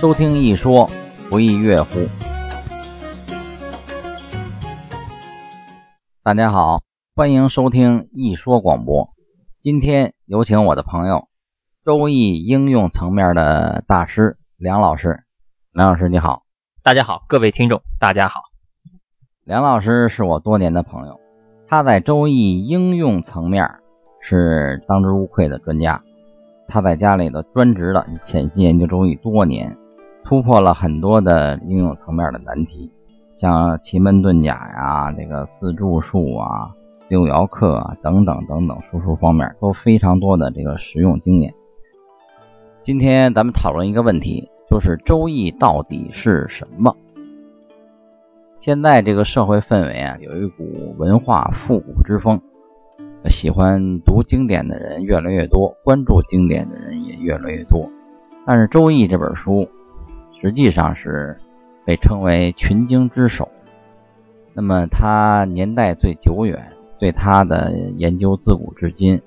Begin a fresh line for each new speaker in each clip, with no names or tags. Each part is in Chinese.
收听一说不亦乐乎。大家好，欢迎收听一说广播。今天有请我的朋友周易应用层面的大师梁老师。梁老师你好，
大家好，各位听众，大家好。
梁老师是我多年的朋友，他在周易应用层面是当之无愧的专家。他在家里的专职的潜心研究周易多年，突破了很多的应用层面的难题，像奇门遁甲呀、这个四柱术啊、六爻课啊等等等等，术数方面都非常多的这个实用经验。今天咱们讨论一个问题，就是周易到底是什么？现在这个社会氛围啊，有一股文化复古之风。喜欢读经典的人越来越多，关注经典的人也越来越多。但是《周易》这本书实际上是被称为群经之首，那么它年代最久远，对它的研究自古至今，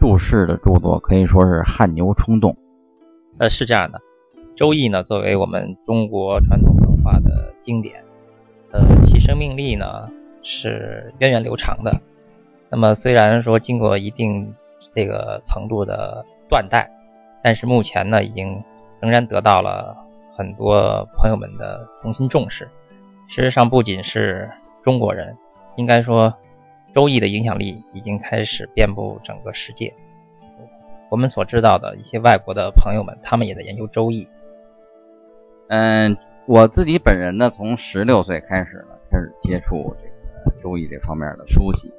注释的著作可以说是汗牛充栋。
呃，是这样的，《周易》呢，作为我们中国传统文化的经典，呃，其生命力呢是源远流长的。那么虽然说经过一定这个程度的断代，但是目前呢，已经仍然得到了很多朋友们的重新重视。事实上，不仅是中国人，应该说，《周易》的影响力已经开始遍布整个世界。我们所知道的一些外国的朋友们，他们也在研究《周易》。
嗯，我自己本人呢，从十六岁开始呢，开始接触这个《周易》这方面的书籍。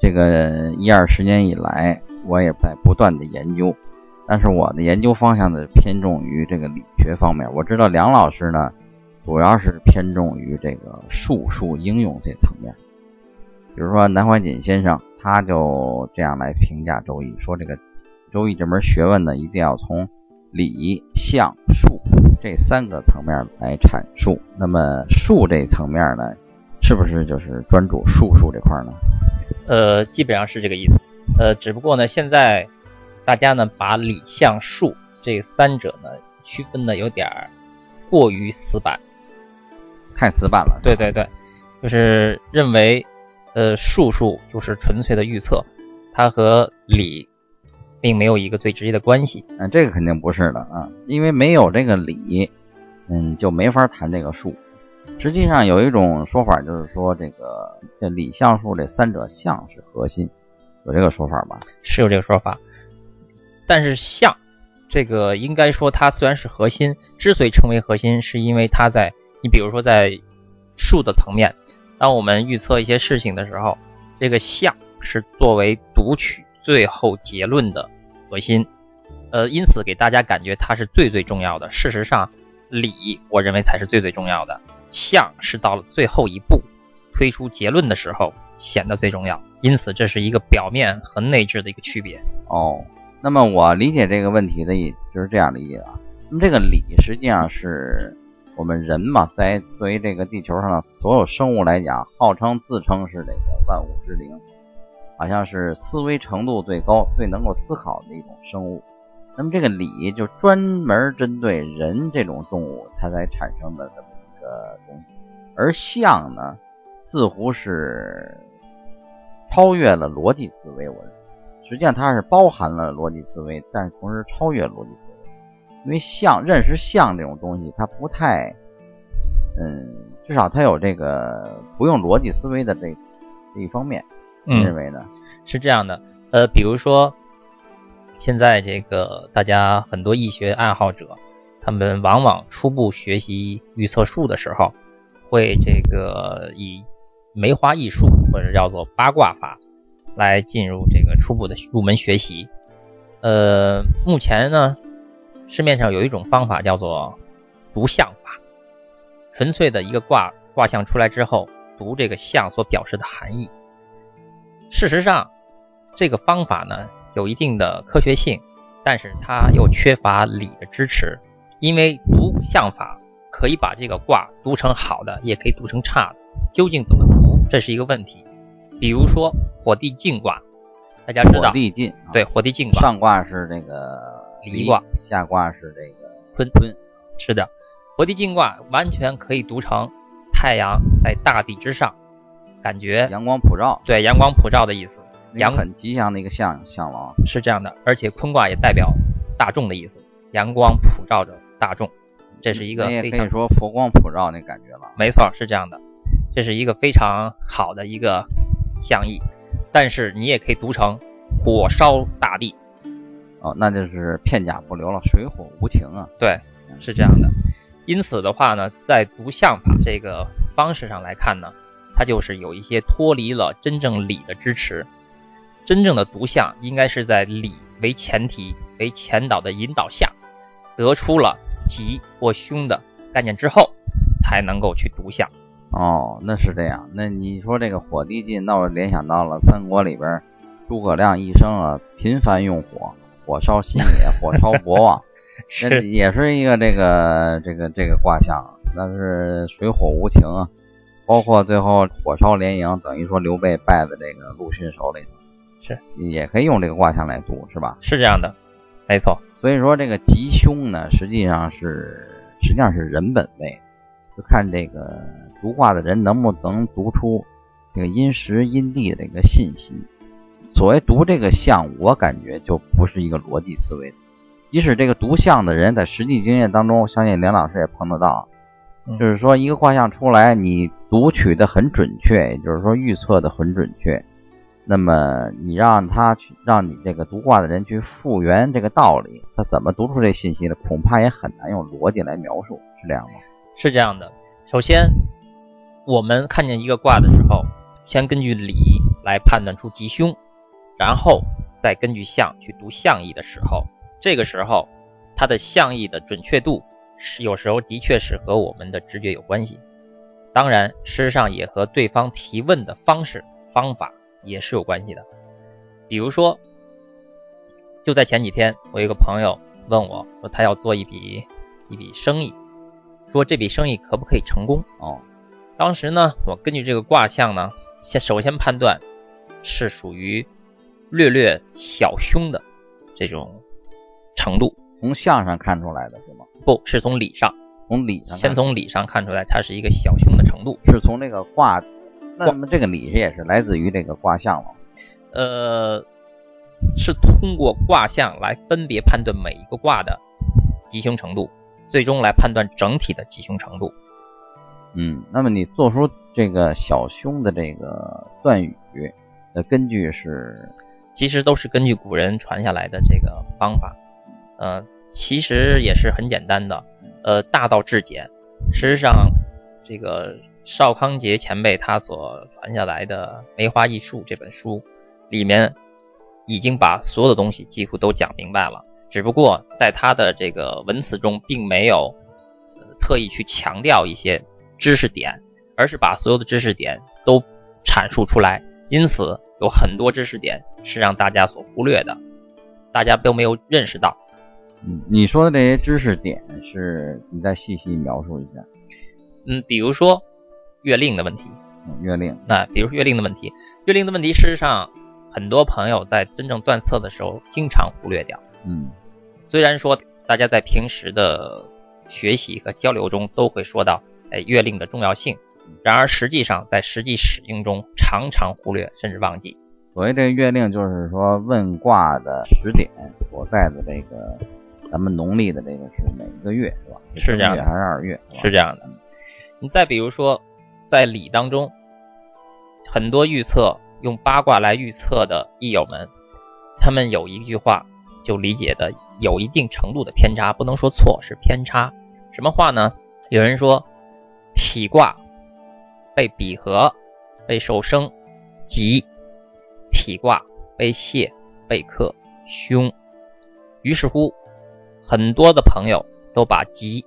这个一二十年以来，我也在不断的研究，但是我的研究方向呢偏重于这个理学方面。我知道梁老师呢，主要是偏重于这个术数应用这层面。比如说南怀瑾先生，他就这样来评价《周易》，说这个《周易》这门学问呢，一定要从理、象、术这三个层面来阐述。那么术这层面呢，是不是就是专注术数这块呢？
呃，基本上是这个意思。呃，只不过呢，现在大家呢把理、象、术这三者呢区分的有点儿过于死板。
太死板了。
对对对，就是认为呃术数就是纯粹的预测，它和理并没有一个最直接的关系。
嗯，这个肯定不是的啊，因为没有这个理，嗯，就没法谈这个术。实际上有一种说法，就是说这个这理象数这三者象是核心，有这个说法吧？
是有这个说法，但是象这个应该说它虽然是核心，之所以称为核心，是因为它在你比如说在数的层面，当我们预测一些事情的时候，这个象是作为读取最后结论的核心，呃，因此给大家感觉它是最最重要的。事实上，理我认为才是最最重要的。象是到了最后一步，推出结论的时候显得最重要，因此这是一个表面和内置的一个区别。
哦，那么我理解这个问题的意就是这样理解啊。那么这个理实际上是我们人嘛，在作为这个地球上的所有生物来讲，号称自称是这个万物之灵，好像是思维程度最高、最能够思考的一种生物。那么这个理就专门针对人这种动物，它才产生的这么。的东西，而象呢，似乎是超越了逻辑思维。我实际上它是包含了逻辑思维，但是同时超越逻辑思维，因为象认识象这种东西，它不太，嗯，至少它有这个不用逻辑思维的这这一方面。你认为呢、
嗯？是这样的，呃，比如说现在这个大家很多易学爱好者。他们往往初步学习预测术的时候，会这个以梅花易数或者叫做八卦法来进入这个初步的入门学习。呃，目前呢，市面上有一种方法叫做读象法，纯粹的一个卦卦象出来之后，读这个象所表示的含义。事实上，这个方法呢有一定的科学性，但是它又缺乏理的支持。因为读象法可以把这个卦读成好的，也可以读成差的，究竟怎么读，这是一个问题。比如说火地进卦，大家知道，
火地进、啊、
对火地进卦，
上卦是那个
离卦，
下卦是这个
坤
坤，
是的。活地静卦完全可以读成太阳在大地之上，感觉
阳光普照，
对阳光普照的意思
那
阳
个很吉祥的一个象象了啊。
是这样的。而且坤卦也代表大众的意思，阳光普照着大众，这是一个
嗯那也
非
可以
常
说佛光普照那感觉吧。
没错，是这样的，这是一个非常好的一个象意。但是你也可以读成火烧大地，
哦，那就是片甲不留了，水火无情啊。
对，是这样的。因此的话呢，在读相法这个方式上来看呢，它就是有一些脱离了真正理的支持。真正的读相应该是在理为前提、为前导的引导下，得出了吉或凶的概念之后，才能够去读相。
哦，那是这样。那你说这个火地进，那我联想到了三国里边儿诸葛亮一生啊，频繁用火，火烧新野，火烧博望，那
是
也是一个这个这个这个卦象，啊那是水火无情啊。包括最后火烧连营，等于说刘备败在这个陆逊手里头，
是
也可以用这个卦象来读，是吧？
是这样的，没错，
所以说这个吉凶呢，实际上是实际上是人本位，就看这个读卦的人能不能读出这个因时因地的一个信息。所谓读这个象，我感觉就不是一个逻辑思维。即使这个读象的人在实际经验当中，我相信梁老师也碰得到，
嗯
就是说一个卦象出来，你读取的很准确，也就是说预测的很准确，那么你让他去，让你这个读卦的人去复原这个道理，他怎么读出这信息的，恐怕也很难用逻辑来描述，是这样吗？
是这样的。首先，我们看见一个卦的时候，先根据理来判断出吉凶，然后再根据象去读象意的时候，这个时候它的象意的准确度是有时候的确是和我们的直觉有关系。当然，事实上也和对方提问的方式、方法也是有关系的。比如说，就在前几天，我有一个朋友问我说，他要做一笔一笔生意，说这笔生意可不可以成功？
哦，
当时呢，我根据这个卦象呢，先首先判断是属于略略小凶的这种程度，
从象上看出来的是吗？
不是从理上，
从理上看
先从理上看出来它是一个小凶的程度。
是从这个卦，那么这个理也是来自于这个卦象了。
呃，是通过卦象来分别判断每一个卦的吉凶程度，最终来判断整体的吉凶程度。
嗯，那么你做出这个小凶的这个断语的根据是，
其实都是根据古人传下来的这个方法，呃，其实也是很简单的，呃，大道至简。实际上，这个邵康节前辈他所传下来的《梅花易数》这本书里面，已经把所有的东西几乎都讲明白了，只不过在他的这个文词中，并没有、呃特意去强调一些知识点，而是把所有的知识点都阐述出来。因此，有很多知识点是让大家所忽略的，大家都没有认识到。
嗯，你说的这些知识点是，你再细细描述一下。
嗯，比如说月令的问题，
嗯，月令，
那比如说月令的问题，月令的问题，事实上很多朋友在真正断测的时候经常忽略掉。
嗯，
虽然说大家在平时的学习和交流中都会说到，哎，月令的重要性，然而实际上在实际使用中常常忽略甚至忘记。
所谓这个月令，就是说问卦的时点所在的这个，咱们农历的这个是哪一个月是吧？
是
正
这样
月
的
还是二月？吧
是这样的。你再比如说，在理当中，很多预测用八卦来预测的益友们，他们有一句话就理解的有一定程度的偏差，不能说错，是偏差。什么话呢？有人说，体卦被比合，被受生，吉；体卦被泄，被克，凶。于是乎，很多的朋友都把吉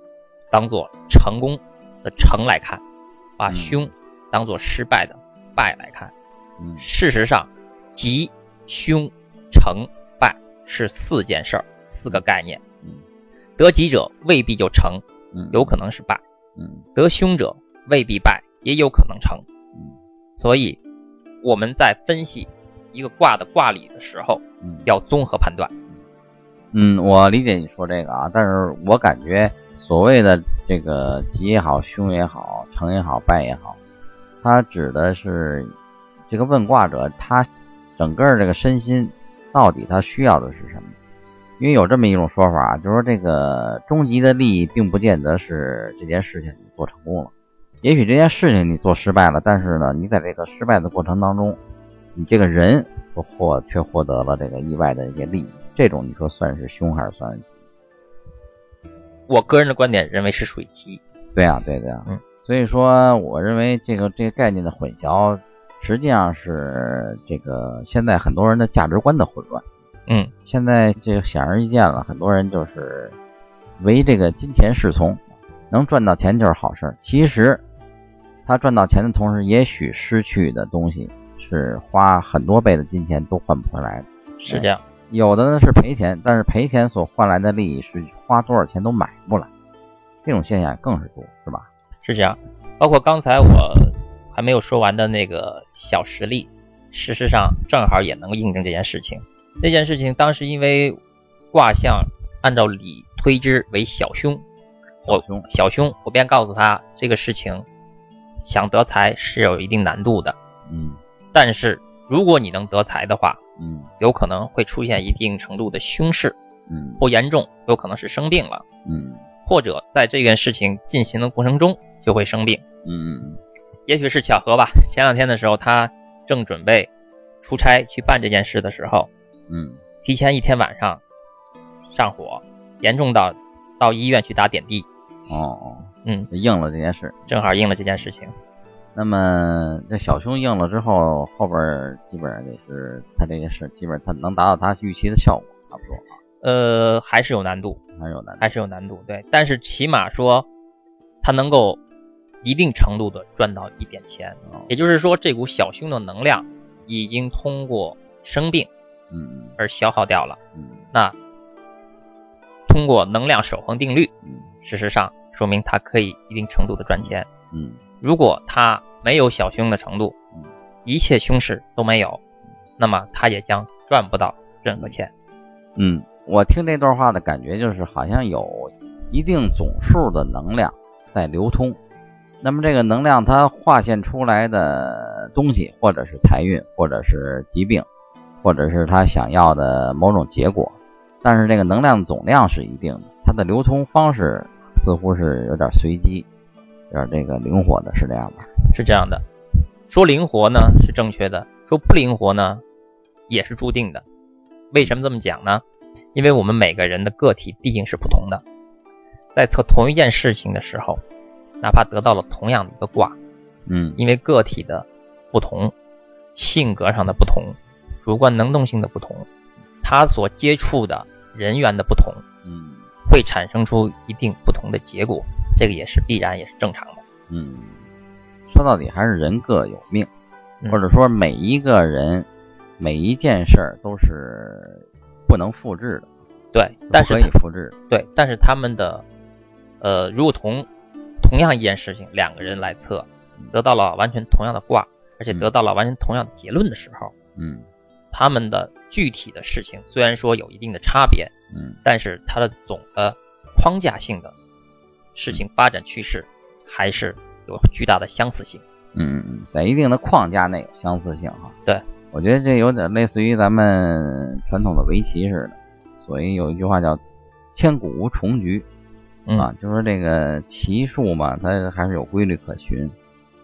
当做成功的成来看，把
嗯
凶当做失败的败来看。
嗯，
事实上，吉、凶、成、败是四件事儿，四个概念
嗯。
得吉者未必就成，
嗯
有可能是败；
嗯
得凶者未必败，也有可能成。
嗯
所以我们在分析一个卦的卦理的时候，
嗯
要综合判断。
嗯，我理解你说这个啊，但是我感觉所谓的这个吉也好，凶也好，成也好，败也好，它指的是这个问卦者他整个这个身心到底他需要的是什么？因为有这么一种说法，啊就是说这个终极的利益并不见得是这件事情你做成功了，也许这件事情你做失败了，但是呢，你在这个失败的过程当中，你这个人不获却获得了这个意外的一些利益，这种你说算是凶还是算是吉？
我个人的观点认为是属于吉。
对啊，对对啊，
嗯
所以说，我认为这个这个概念的混淆，实际上是这个现在很多人的价值观的混乱。
嗯，
现在这个显而易见了，很多人就是为这个金钱侍从，能赚到钱就是好事儿。其实他赚到钱的同时，也许失去的东西是花很多倍的金钱都换不回来的。
是这样。
有的呢是赔钱，但是赔钱所换来的利益是花多少钱都买不来，这种现象更是多，是吧？
是这样。包括刚才我还没有说完的那个小实例，事实上正好也能够印证这件事情。这件事情当时因为卦象按照理推之为小凶，我
小凶
小凶，我便告诉他这个事情想得财是有一定难度的，
嗯
但是如果你能得财的话，
嗯
有可能会出现一定程度的凶事，
嗯
不严重有可能是生病了，
嗯
或者在这件事情进行的过程中就会生病。
嗯
也许是巧合吧。前两天的时候，他正准备出差去办这件事的时候，
嗯
提前一天晚上上火，严重到到医院去打点滴。
哦哦，
嗯，
应了这件事。
正好应了这件事情。
那么这小胸应了之后，后边儿基本上就是他这件事，基本上他能达到他预期的效果，差不多啊，
呃，还是有难度，
还是有难度。
还是有难度。对，但是起码说他能够一定程度的赚到一点钱，
哦
也就是说，这股小凶的能量已经通过生病
嗯
而消耗掉了。
嗯
那通过能量守恒定律，
嗯
事实上说明他可以一定程度的赚钱。
嗯
如果他没有小凶的程度
嗯，
一切凶事都没有，那么他也将赚不到任何钱。
嗯，我听这段话的感觉就是，好像有一定总数的能量在流通。那么这个能量它化现出来的东西，或者是财运，或者是疾病，或者是他想要的某种结果，但是这个能量总量是一定的，它的流通方式似乎是有点随机，有点这个灵活的，是这样吧？
是这样的，说灵活呢是正确的，说不灵活呢也是注定的。为什么这么讲呢？因为我们每个人的个体毕竟是不同的，在测同一件事情的时候，哪怕得到了同样的一个卦，
嗯
因为个体的不同、性格上的不同、主观能动性的不同，他所接触的人员的不同，
嗯
会产生出一定不同的结果，这个也是必然，也是正常的。
嗯，说到底还是人各有命。
嗯
或者说每一个人、每一件事儿都是不能复制的，
对，但是
不可以复制的。
对，但是他们的呃，如果同同样一件事情，两个人来测，得到了完全同样的卦，而且
嗯
得到了完全同样的结论的时候，
嗯
他们的具体的事情虽然说有一定的差别，
嗯
但是它的总的框架性的事情发展趋势还是有巨大的相似性。
嗯，嗯，在一定的框架内有相似性哈。
对，
我觉得这有点类似于咱们传统的围棋似的，所以有一句话叫“千古无重局”
嗯
啊，就说这个棋术嘛，它还是有规律可循，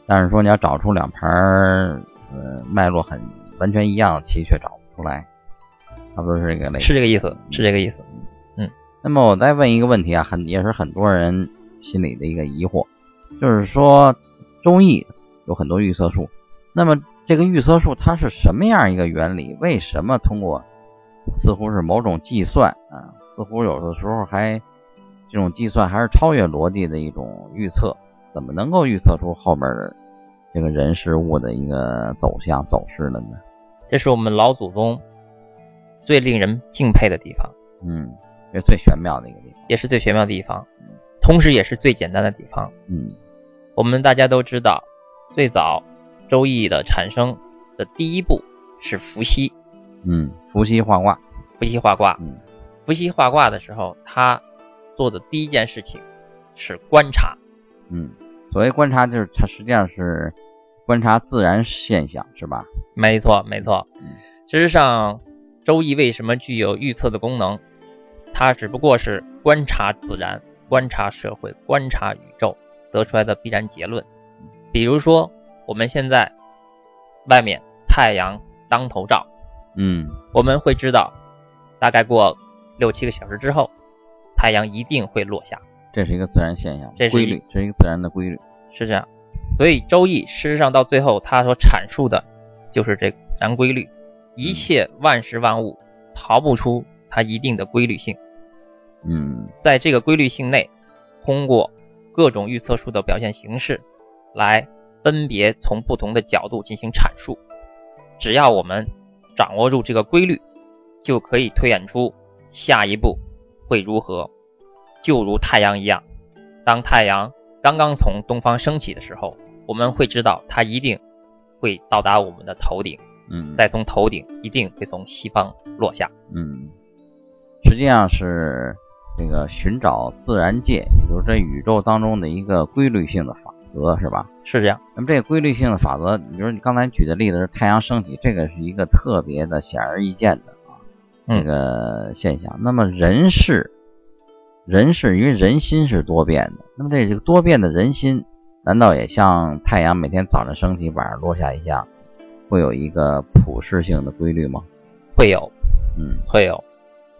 但是说你要找出两盘儿呃脉络很完全一样的棋，却找不出来，差不多是这个类似。
是这个意思，是这个意思。
那么我再问一个问题啊，很也是很多人心里的一个疑惑，就是说《周易》有很多预测术，那么这个预测术它是什么样一个原理？为什么通过似乎是某种计算啊，似乎有的时候还这种计算还是超越逻辑的一种预测，怎么能够预测出后面这个人事物的一个走向走势了呢？
这是我们老祖宗最令人敬佩的地方，
嗯，这是最玄妙的一个地方。
也是最玄妙的地方，同时也是最简单的地方。
嗯
我们大家都知道，最早《周易》的产生的第一步是伏羲，
嗯，伏羲画卦。
伏羲画卦
嗯。
伏羲画卦的时候，他做的第一件事情是观察。
嗯，所谓观察就是它实际上是观察自然现象，是吧？
没错，没错
嗯。
事实上，周易为什么具有预测的功能？它只不过是观察自然、观察社会、观察宇宙得出来的必然结论。比如说，我们现在外面太阳当头照，
嗯
我们会知道，大概过六七个小时之后，太阳一定会落下，，
这是一个自然现象，
这是
规
一
律，这是一个自然的规律。
是这样。所以《周易》事实上到最后，它所阐述的就是这个自然规律，一切万事万物逃不出它一定的规律性。
嗯
在这个规律性内，通过各种预测术的表现形式，来分别从不同的角度进行阐述。只要我们掌握住这个规律，就可以推演出下一步会如何。就如太阳一样，当太阳刚刚从东方升起的时候，我们会知道它一定会到达我们的头顶，
嗯，
再从头顶一定会从西方落下。
嗯，实际上是这个寻找自然界，也就是这宇宙当中的一个规律性的法则，是吧？
是这样，
那么这个规律性的法则，你比如你刚才举的例子是太阳升起，这个是一个特别的显而易见的啊，
嗯
这个现象。那么人是人是因为人心是多变的，那么这个多变的人心，难道也像太阳每天早上升起，晚上落下一样，会有一个普适性的规律吗？
会有
嗯
会有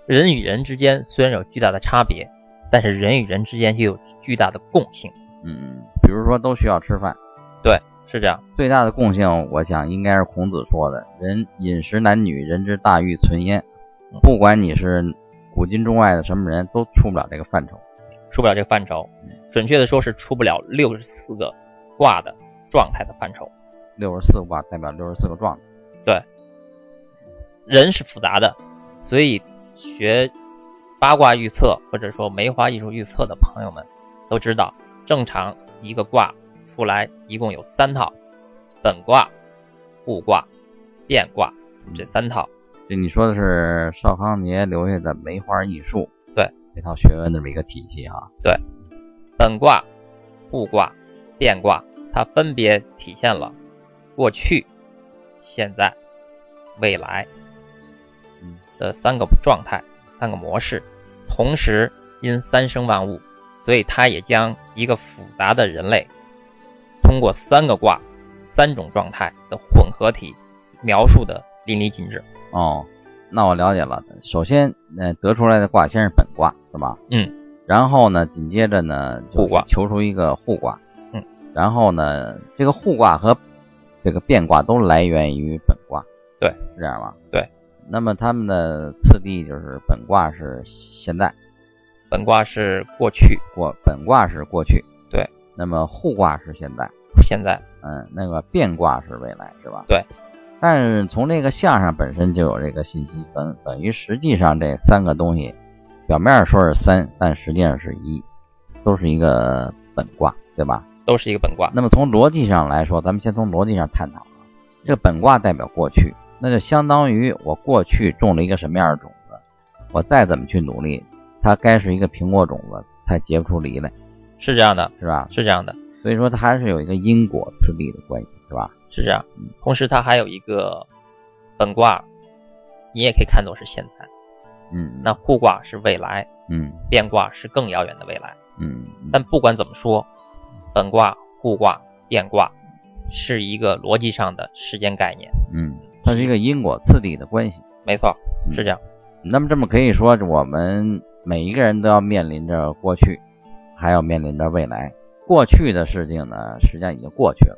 人与人之间虽然有巨大的差别，但是人与人之间也有巨大的共性。
嗯，比如说都需要吃饭，
对，是这样，
最大的共性，我想应该是孔子说的“人饮食男女，人之大欲存焉”。不管你是古今中外的什么人，都出不了这个范畴。
出不了这个范畴。准确的说是出不了六十四个卦的状态的范畴。
六十四卦代表六十四个状态。
人是复杂的，所以学八卦预测或者说梅花易数预测的朋友们都知道，正常一个卦出来一共有三套：本卦、互卦、变卦这三套。
这你说的是邵康节留下的梅花易数，
对
这套学问的这么一个体系啊。
本卦、互卦、变卦，它分别体现了过去、现在、未来
嗯
的三个状态、三个模式。同时，因三生万物，所以它也将一个复杂的人类，通过三个卦、三种状态的混合体描述的淋漓尽致。
哦，那我了解了。首先，呃，得出来的卦先是本卦，是吧？
嗯。
然后呢，紧接着呢，就
互卦
求出一个互卦。
嗯。
然后呢，这个互卦和这个变卦都来源于本卦。
对，
是这样吧？
对。
那么他们的次第就是本卦是现在，
本卦是过去、
过本卦是过去。
对。
那么互卦是现在。
现在，
嗯，那个变卦是未来，是吧？
对。
但是从这个相上本身就有这个信息，等等于实际上这三个东西，表面上说是三，但实际上是一，都是一个本卦，对吧？
都是一个本卦。
那么从逻辑上来说，咱们先从逻辑上探讨啊，这本卦代表过去，那就相当于我过去种了一个什么样的种子，我再怎么去努力，它该是一个苹果种子才结不出梨来，
是这样的，
是吧？
是这样的。
所以说它还是有一个因果次第的关系，是吧？
是这样。同时，它还有一个本卦，你也可以看作是现在。
嗯，
那互卦是未来，
嗯
变卦是更遥远的未来。
嗯，
但不管怎么说，本卦、互卦、变卦是一个逻辑上的时间概念。
嗯，它是一个因果次第的关系。
没错，
嗯
是这样。
那么这么可以说，我们每一个人都要面临着过去，还要面临着未来。过去的事情呢，实际上已经过去了，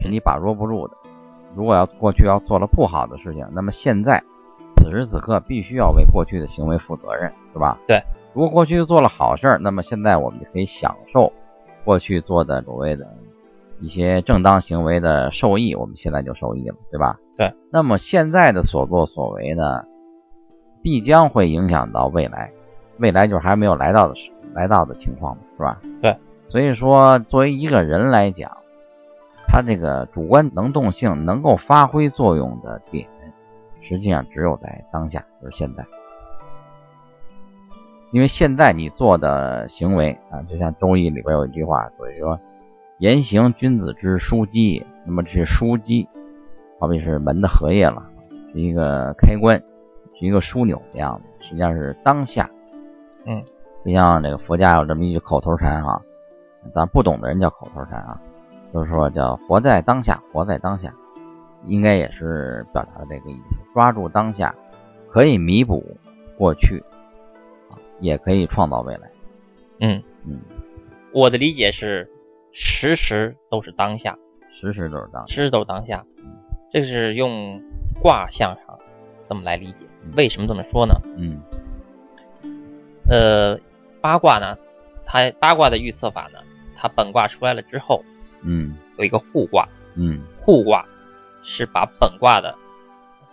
是你把握不住的。如果要过去要做了不好的事情，那么现在此时此刻必须要为过去的行为负责任，是吧？
对。
如果过去做了好事儿，那么现在我们就可以享受过去做的所谓的一些正当行为的受益，我们现在就受益了，对吧？
对。
那么现在的所作所为呢，必将会影响到未来，未来就是还没有来到的时来到的情况嘛，是吧？
对。
所以说，作为一个人来讲，他这个主观能动性能够发挥作用的点，实际上只有在当下，就是现在。因为现在你做的行为啊，就像《周易》里边有一句话，所以说言行君子之枢机。那么这些枢机，好比是门的荷叶了，是一个开关，是一个枢纽的样子，实际上是当下。
嗯，
就像这个佛家有这么一句口头禅哈、咱不懂的人叫口头禅啊，就是说叫活在当下，活在当下，应该也是表达的这个意思。抓住当下，可以弥补过去，啊也可以创造未来。
嗯，
嗯，
我的理解是，时时都是当下，
时时都是当下。
时时都是当下，这是用卦象上这么来理解。为什么这么说呢？
嗯
呃，八卦呢，它八卦的预测法呢，它本卦出来了之后
嗯
有一个互卦，
嗯
互卦是把本卦的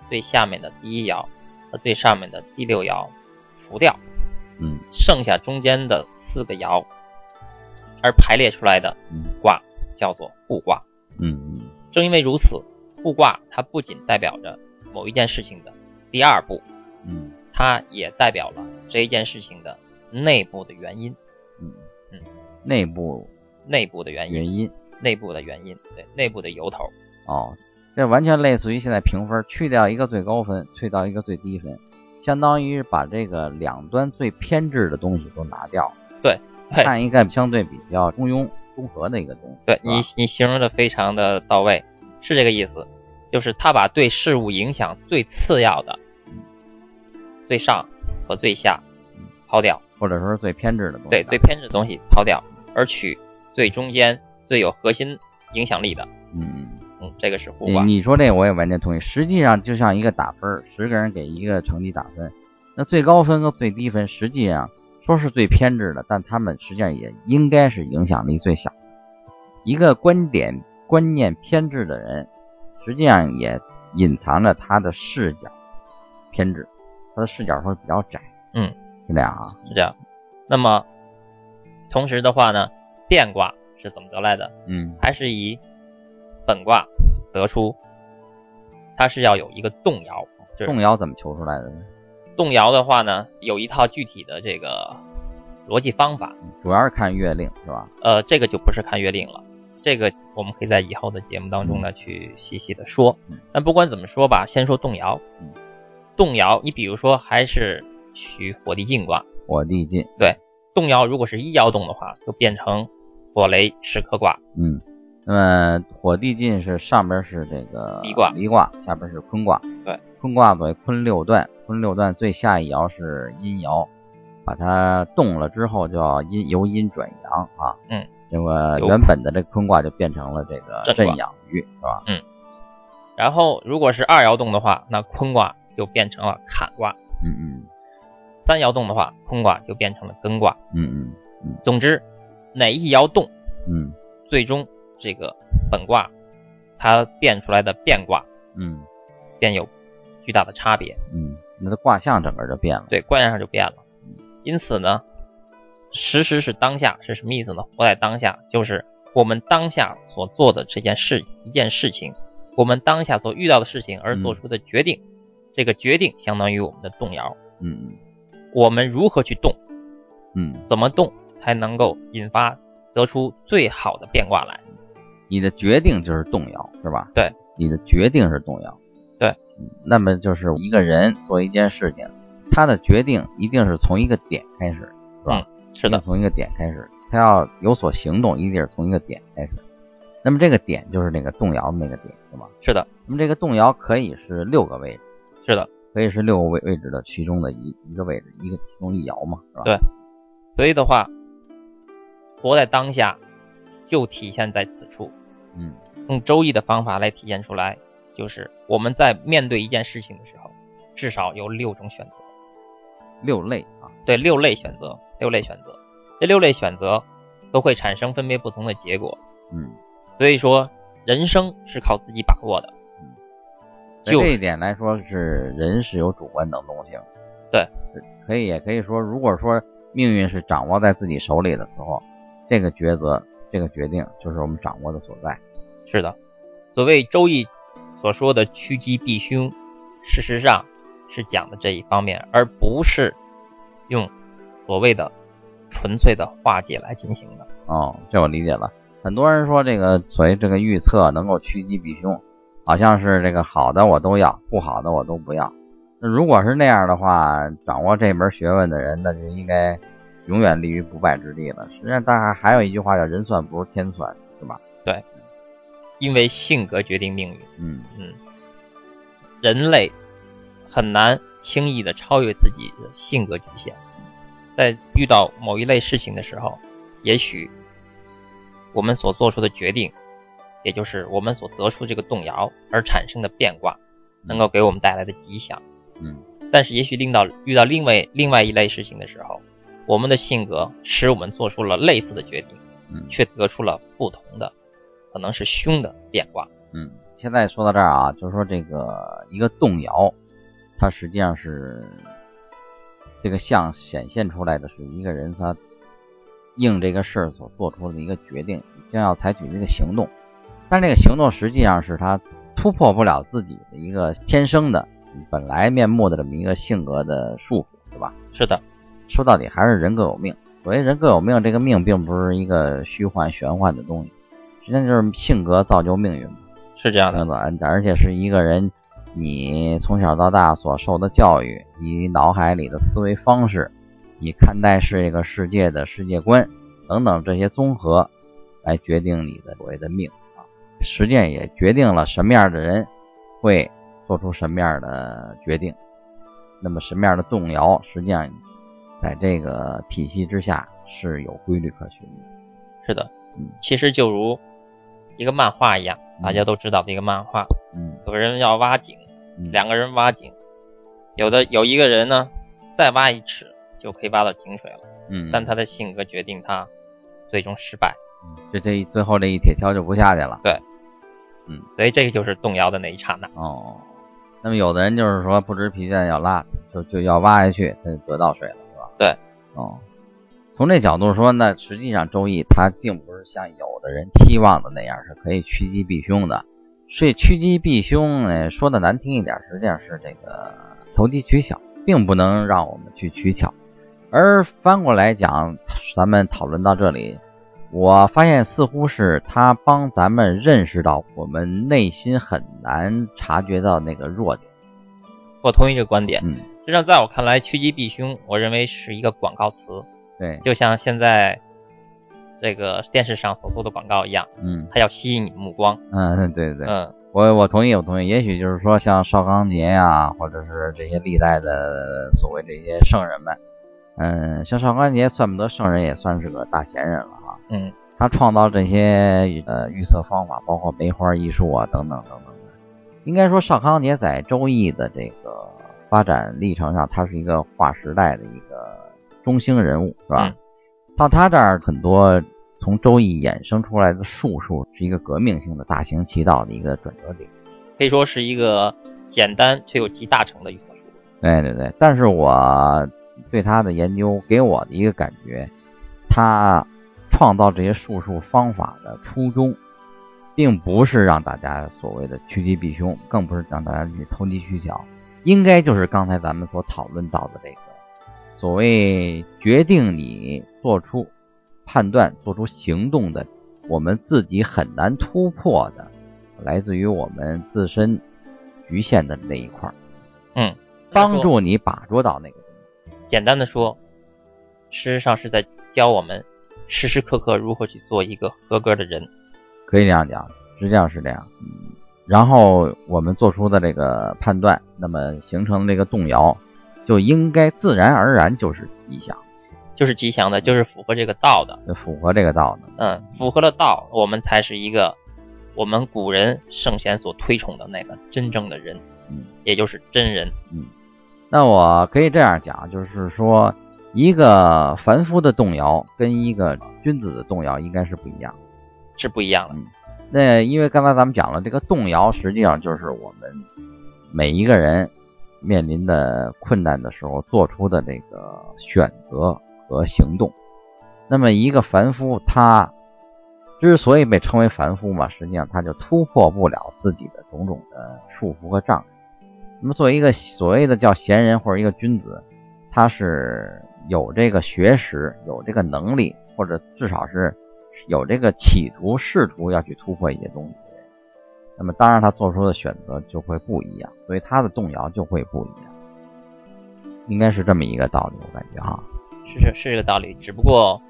最下面的第一爻和最上面的第六爻除掉，
嗯
剩下中间的四个爻，而排列出来的
嗯
卦叫做互卦。
嗯嗯
正因为如此，互卦它不仅代表着某一件事情的第二步，
嗯
它也代表了这一件事情的内部的原因，
嗯
嗯，
内部
内部的原因，
原因
内部的原因，对，内部的由头，
哦，这完全类似于现在评分，去掉一个最高分，去掉一个最低分，相当于把这个两端最偏执的东西都拿掉，
对，
看一个相对比较中庸综合的一个东西。
对
是吧
你你形容的非常的到位，是这个意思，就是他把对事物影响最次要的、最上和最下抛掉，
或者说是最偏执的东西，
对最偏执的东西抛掉，而取最中间最有核心影响力的，
嗯，
嗯，这个是互
你
卦，
你说这个我也完全同意。实际上就像一个打分儿，十个人给一个成绩打分，那最高分和最低分实际上说是最偏执的，但他们实际上也应该是影响力最小的。一个观点观念偏执的人，实际上也隐藏着他的视角偏执，他的视角会比较窄。
嗯，
是这样啊。
是这样。那么同时的话呢，变卦是怎么得来的？
嗯
还是以本卦得出，它是要有一个动摇。就是
动摇怎么求出来的呢？
动摇的话呢，有一套具体的这个逻辑方法，
主要是看月令是吧？
呃，这个就不是看月令了，这个我们可以在以后的节目当中呢去细细的说
嗯。
但不管怎么说吧，先说动摇
嗯。
动摇，你比如说还是取火地进卦，
火地进，
动摇如果是一爻动的话，就变成火雷石刻卦。
嗯，那么火地进是上边是这个
离卦
离卦下边是坤卦。
对，
坤卦为坤六段，坤六段最下一爻是阴爻，把它动了之后就要阴由阴转阳啊。
嗯，
那么
由
原本的这个坤卦就变成了这个
震卦
震养鱼，是吧？
然后如果是二爻动的话，那坤卦就变成了坎卦；
嗯嗯
三爻动的话，坤卦就变成了艮卦。
嗯
总之，哪一爻动，
嗯嗯
最终这个本卦它变出来的变卦
嗯
便有巨大的差别，
嗯，那它卦象整个就变了。
对，观念上就变了。因此呢，时时是当下是什么意思呢？活在当下就是我们当下所做的这件事一件事情，我们当下所遇到的事情而做出的决定，这个决定相当于我们的动摇，
嗯
我们如何去动，
嗯嗯，
怎么动才能够引发得出最好的变卦来。
你的决定就是动摇，是吧？
对，
你的决定是动摇。
对
嗯，那么就是一个人做一件事情，他的决定一定是从一个点开始，是吧？
是的，
从一个点开始，他要有所行动，一定是从一个点开始。那么这个点就是那个动摇的那个点，是吧？
是的，
那么这个动摇可以是六个位置，
是的。
可以是六个位位置的其中的一一个位置，一个其中一爻嘛，是吧？
对所以的话，活在当下就体现在此处。
嗯
用周易的方法来体现出来，就是我们在面对一件事情的时候，至少有六种选择，
六类啊，
对，六类选择，六类选择，这六类选择都会产生分别不同的结果。
嗯。
所以说，人生是靠自己把握的。
在
就
这一点来说，是人是有主观能动性的。
对
是，可以也可以说，如果说命运是掌握在自己手里的时候，这个抉择、这个决定就是我们掌握的所在。
是的，所谓周易所说的趋吉避凶，事实上是讲的这一方面，而不是用所谓的纯粹的化解来进行的。
哦，这我理解了。很多人说这个所谓这个预测能够趋吉避凶，好像是这个好的我都要，不好的我都不要。那如果是那样的话，掌握这门学问的人，那就应该永远立于不败之地了。实际上，大家还有一句话叫“人算不如天算”，是吧？
因为性格决定命运，
嗯，
人类很难轻易的超越自己的性格局限。在遇到某一类事情的时候，也许我们所做出的决定，也就是我们所得出这个动摇而产生的变卦，能够给我们带来的吉祥。
嗯，
但是也许令到遇到另外另外一类事情的时候，我们的性格使我们做出了类似的决定，
嗯
却得出了不同的，可能是凶的变卦。
嗯，现在说到这儿啊，就是说这个一个动摇，它实际上是这个像显现出来的是一个人他应这个事儿所做出的一个决定，一定要采取这个行动，但这个行动实际上是他突破不了自己的一个天生的本来面目的这么一个性格的束缚，对吧？
是的，
说到底还是人各有命。所谓人各有命，这个命并不是一个虚幻玄幻的东西，实际上就是性格造就命运嘛。
是这样的。
等等，而且是一个人你从小到大所受的教育，你脑海里的思维方式，你看待这个世界的世界观等等这些综合，来决定你的所谓的命啊。实践也决定了什么样的人会做出什么样的决定，那么什么样的动摇，实际上在这个体系之下是有规律可循的。
是的
嗯，
其实就如一个漫画一样，
嗯
大家都知道的一个漫画，
嗯，
有人要挖井，
嗯
两个人挖井，有的有一个人呢，再挖一尺就可以挖到井水了，
嗯，
但他的性格决定他最终失败，
嗯这这一最后这一铁锹就不下去了。
所以这个就是动摇的那一刹那。
哦，那么有的人就是说不知疲倦要拉，就就要挖下去，他就得到水了，是吧？
对。
哦，从这角度说，那实际上《周易》它并不是像有的人期望的那样是可以趋吉避凶的，所以趋吉避凶呢，说的难听一点，实际上是这个投机取巧，并不能让我们去取巧。而翻过来讲，咱们讨论到这里，我发现似乎是他帮咱们认识到我们内心很难察觉到那个弱点。
我同意这个观点。
嗯，
实际上，在我看来，趋吉避凶，我认为是一个广告词，
对，
就像现在这个电视上所做的广告一样，
嗯
它要吸引你的目光。
嗯，对对对，
嗯，
我我同意，我同意。也许就是说，像邵康节呀、或者是这些历代的所谓这些圣人们，嗯，像邵康节算不得圣人，也算是个大贤人了啊。
嗯，
他创造这些呃预测方法，包括梅花易数啊等等等等的。应该说，邵康节在《周易》的这个发展历程上，他是一个划时代的一个中兴人物，是吧？
嗯
到他这儿，很多从《周易》衍生出来的术数是一个革命性的大行其道的一个转折点。
可以说是一个简单却又集大成的预测术。
对对对，但是我对他的研究给我的一个感觉，他创造这些术数方法的初衷，并不是让大家所谓的趋吉避凶，更不是让大家去投机取巧，应该就是刚才咱们所讨论到的这个所谓决定你做出判断、做出行动的，我们自己很难突破的，来自于我们自身局限的那一块儿。
嗯，
帮助你把捉到那个东西。
简单的说，事实上是在教我们时时刻刻如何去做一个合格的人。
可以这样讲，实际上是这样。嗯，然后我们做出的这个判断，那么形成的这个动摇，就应该自然而然就是吉祥，
就是吉祥的，就是符合这个道的，
就符合这个道的。
嗯，符合了道，我们才是一个我们古人圣贤所推崇的那个真正的人，
嗯，
也就是真人。
那我可以这样讲，就是说，一个凡夫的动摇跟一个君子的动摇应该是不一样的。
是不一样的，
那因为刚才咱们讲了，这个动摇实际上就是我们每一个人面临的困难的时候做出的这个选择和行动。那么一个凡夫，他之所以被称为凡夫嘛，实际上他就突破不了自己的种种的束缚和障碍。那么作为一个所谓的叫贤人或者一个君子，他是有这个学识、有这个能力，或者至少是有这个企图、试图要去突破一些东西的人，那么当然他做出的选择就会不一样，所以他的动摇就会不一样，应该是这么一个道理，我感觉哈。
是是是这个道理。只不过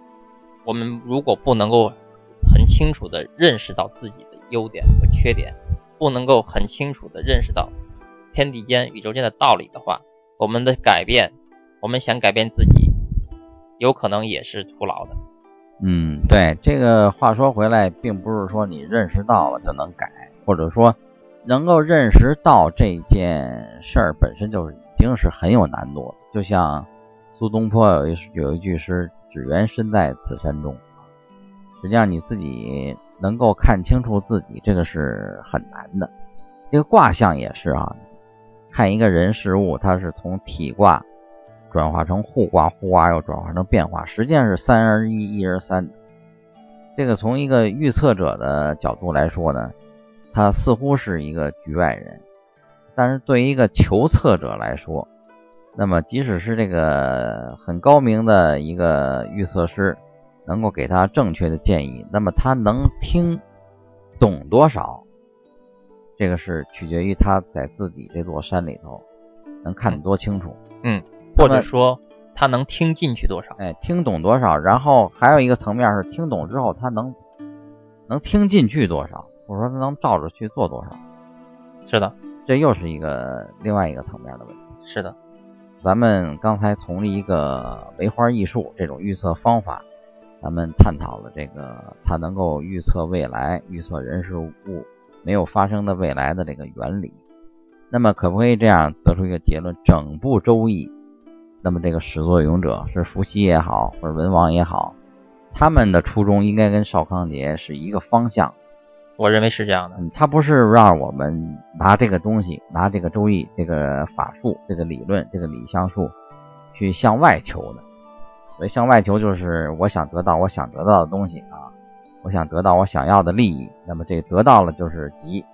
我们如果不能够很清楚的认识到自己的优点和缺点，不能够很清楚的认识到天地间、宇宙间的道理的话，我们的改变，我们想改变自己，有可能也是徒劳的。
嗯，对，这个话说回来，并不是说你认识到了就能改，或者说能够认识到这件事儿本身就是已经是很有难度了。就像苏东坡有一有一句诗：“只缘身在此山中。”实际上，你自己能够看清楚自己，这个是很难的。这个卦象也是啊，看一个人事物，它是从体卦转化成互卦，互卦又转化成变化，实际上是三而一，一而三的。这个从一个预测者的角度来说呢，他似乎是一个局外人，但是对于一个求测者来说，那么即使是这个很高明的一个预测师，能够给他正确的建议，那么他能听懂多少，这个是取决于他在自己这座山里头能看得多清楚。
或者说他能听进去多少？
哎，听懂多少，然后还有一个层面是听懂之后他能能听进去多少，或者说他能照着去做多少，
是的，
这又是一个另外一个层面的问题。
是的，
咱们刚才从一个梅花易数这种预测方法，咱们探讨了这个它能够预测未来、预测人事物没有发生的未来的这个原理。那么，可不可以这样得出一个结论？整部《周易》，那么这个始作俑者是伏羲也好，或者文王也好，他们的初衷应该跟邵康节是一个方向。
我认为是这样的。
嗯，他不是让我们拿这个东西，拿这个周易、这个法术、这个理论、这个理象术去向外求的。所以向外求就是我想得到我想得到的东西啊，我想得到我想要的利益。那么这得到了就是吉，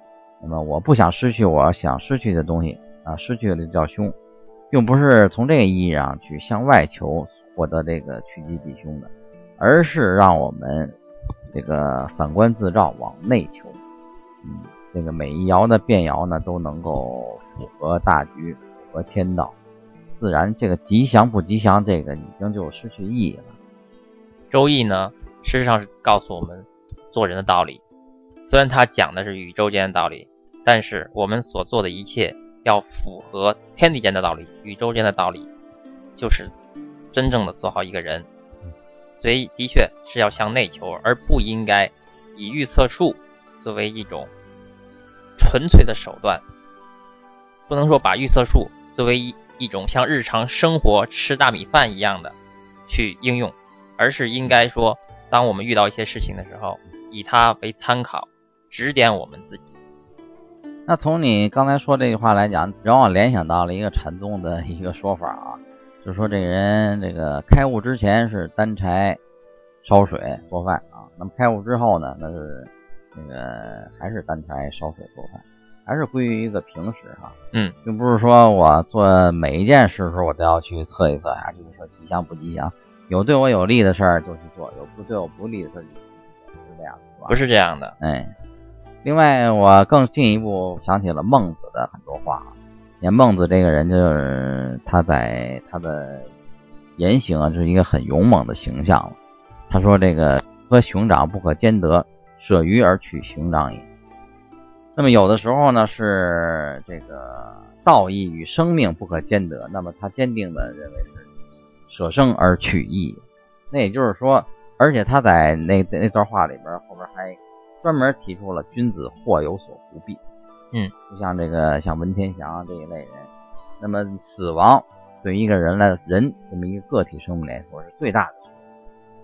那么我不想失去我想失去的东西啊，失去了就叫凶，并不是从这个意义上去向外求获得这个趋吉避凶的，而是让我们这个反观自照，往内求。嗯，这个每一爻的变爻呢，都能够符合大局，符合天道，自然这个吉祥不吉祥，这个已经就失去意义了。
周易呢，事实上是告诉我们做人的道理。虽然它讲的是宇宙间的道理，但是我们所做的一切要符合天地间的道理、宇宙间的道理，就是真正的做好一个人。所以，的确是要向内求，而不应该以预测术作为一种纯粹的手段。不能说把预测术作为一一种像日常生活吃大米饭一样的去应用，而是应该说，当我们遇到一些事情的时候，以它为参考，指点我们自己。
那从你刚才说这句话来讲，让我联想到了一个禅宗的一个说法啊，就说这个人这个开悟之前是担柴、烧水、做饭啊，那么开悟之后呢，那是那个还是担柴、烧水、做饭，还是归于一个平时哈、
嗯，
并不是说我做每一件事的时候我都要去测一测啊，这个事儿吉祥不吉祥，有对我有利的事儿就去做，有不对我不利的事儿就去做，是这样是吧？
不是这样的。
哎，另外我更进一步想起了孟子的很多话啊。你看孟子这个人，就是他在他的言行啊，就是一个很勇猛的形象了。他说：“这个和熊掌不可兼得，舍鱼而取熊掌也。”那么有的时候呢，是这个道义与生命不可兼得，那么他坚定的认为是舍生而取义。那也就是说，而且他在那那段话里边后边还专门提出了君子祸有所不避。
嗯，
就像这个像文天祥啊这一类人，那么死亡对于一个人来人这么一个个体生命来说是最大的损失。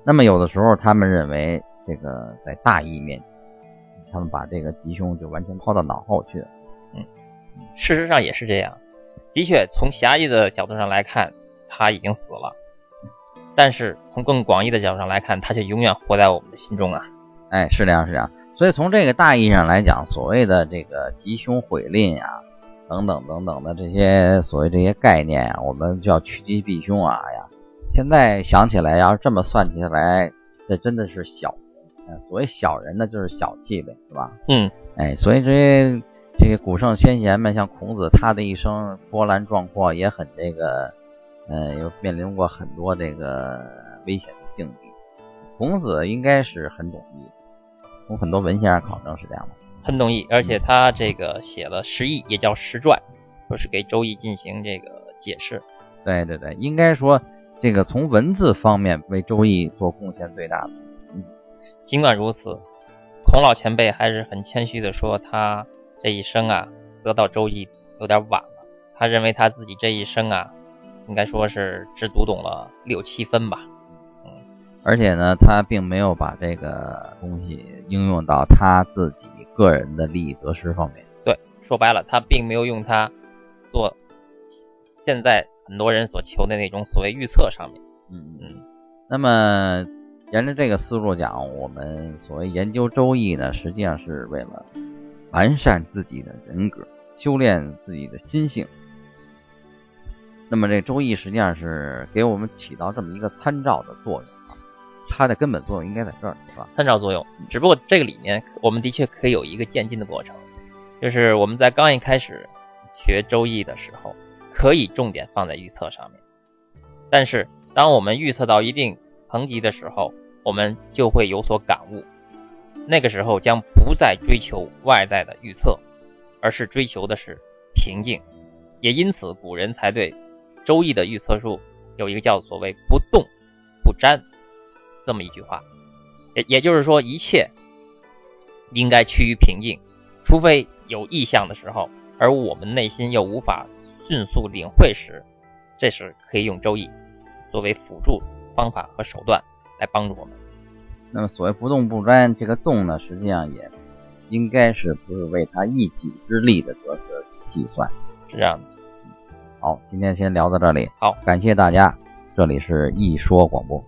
那么有的时候他们认为这个在大义面前，他们把这个吉凶就完全抛到脑后去了。
事实上也是这样。的确，从狭义的角度上来看，他已经死了；但是从更广义的角度上来看，他却永远活在我们的心中啊。
哎，是这样，是这样。所以从这个大意义上来讲，所谓的这个吉凶毁吝啊，等等等等的这些所谓这些概念啊，我们叫趋吉避凶啊哎呀，现在想起来，要啊是这么算起来，这真的是小人。呃所谓小人呢，就是小气呗，是吧？
嗯，
哎，所以这些这些古圣先贤们，像孔子，他的一生波澜壮阔，也很这个，呃，又面临过很多这个危险的境地。孔子应该是很懂易，从很多文献上考证是这样的。
很懂易，而且他这个写了《十义》，也叫《十传》，就是给《周易》进行这个解释。
对对对，应该说这个从文字方面为《周易》做贡献最大的。
尽管如此，孔老前辈还是很谦虚的说，他这一生啊，得到《周易》有点晚了。他认为他自己这一生啊，应该说是只读懂了六七分吧。
而且呢，他并没有把这个东西应用到他自己个人的利益得失方面。
对，说白了，他并没有用它做现在很多人所求的那种所谓预测上面。
嗯嗯。那么，沿着这个思路讲，我们所谓研究《周易》呢，实际上是为了完善自己的人格，修炼自己的心性。那么，这《周易》实际上是给我们起到这么一个参照的作用啊，它的根本作用应该在这儿，是吧？
参照作用。只不过这个里面，我们的确可以有一个渐进的过程，就是我们在刚一开始学《周易》的时候，可以重点放在预测上面。但是，当我们预测到一定层级的时候，我们就会有所感悟。那个时候将不再追求外在的预测，而是追求的是平静。也因此，古人才对《周易》的预测术有一个叫所谓“不动不占”这么一句话。也也就是说，一切应该趋于平静，除非有异象的时候，而我们内心又无法迅速领会时，这时可以用周易作为辅助方法和手段来帮助我们。
那么所谓不动不沾，这个动呢，实际上也应该是不是为他一己之力的得失计算。
是这样的，
好，今天先聊到这里，
好，
感谢大家，这里是一说广播。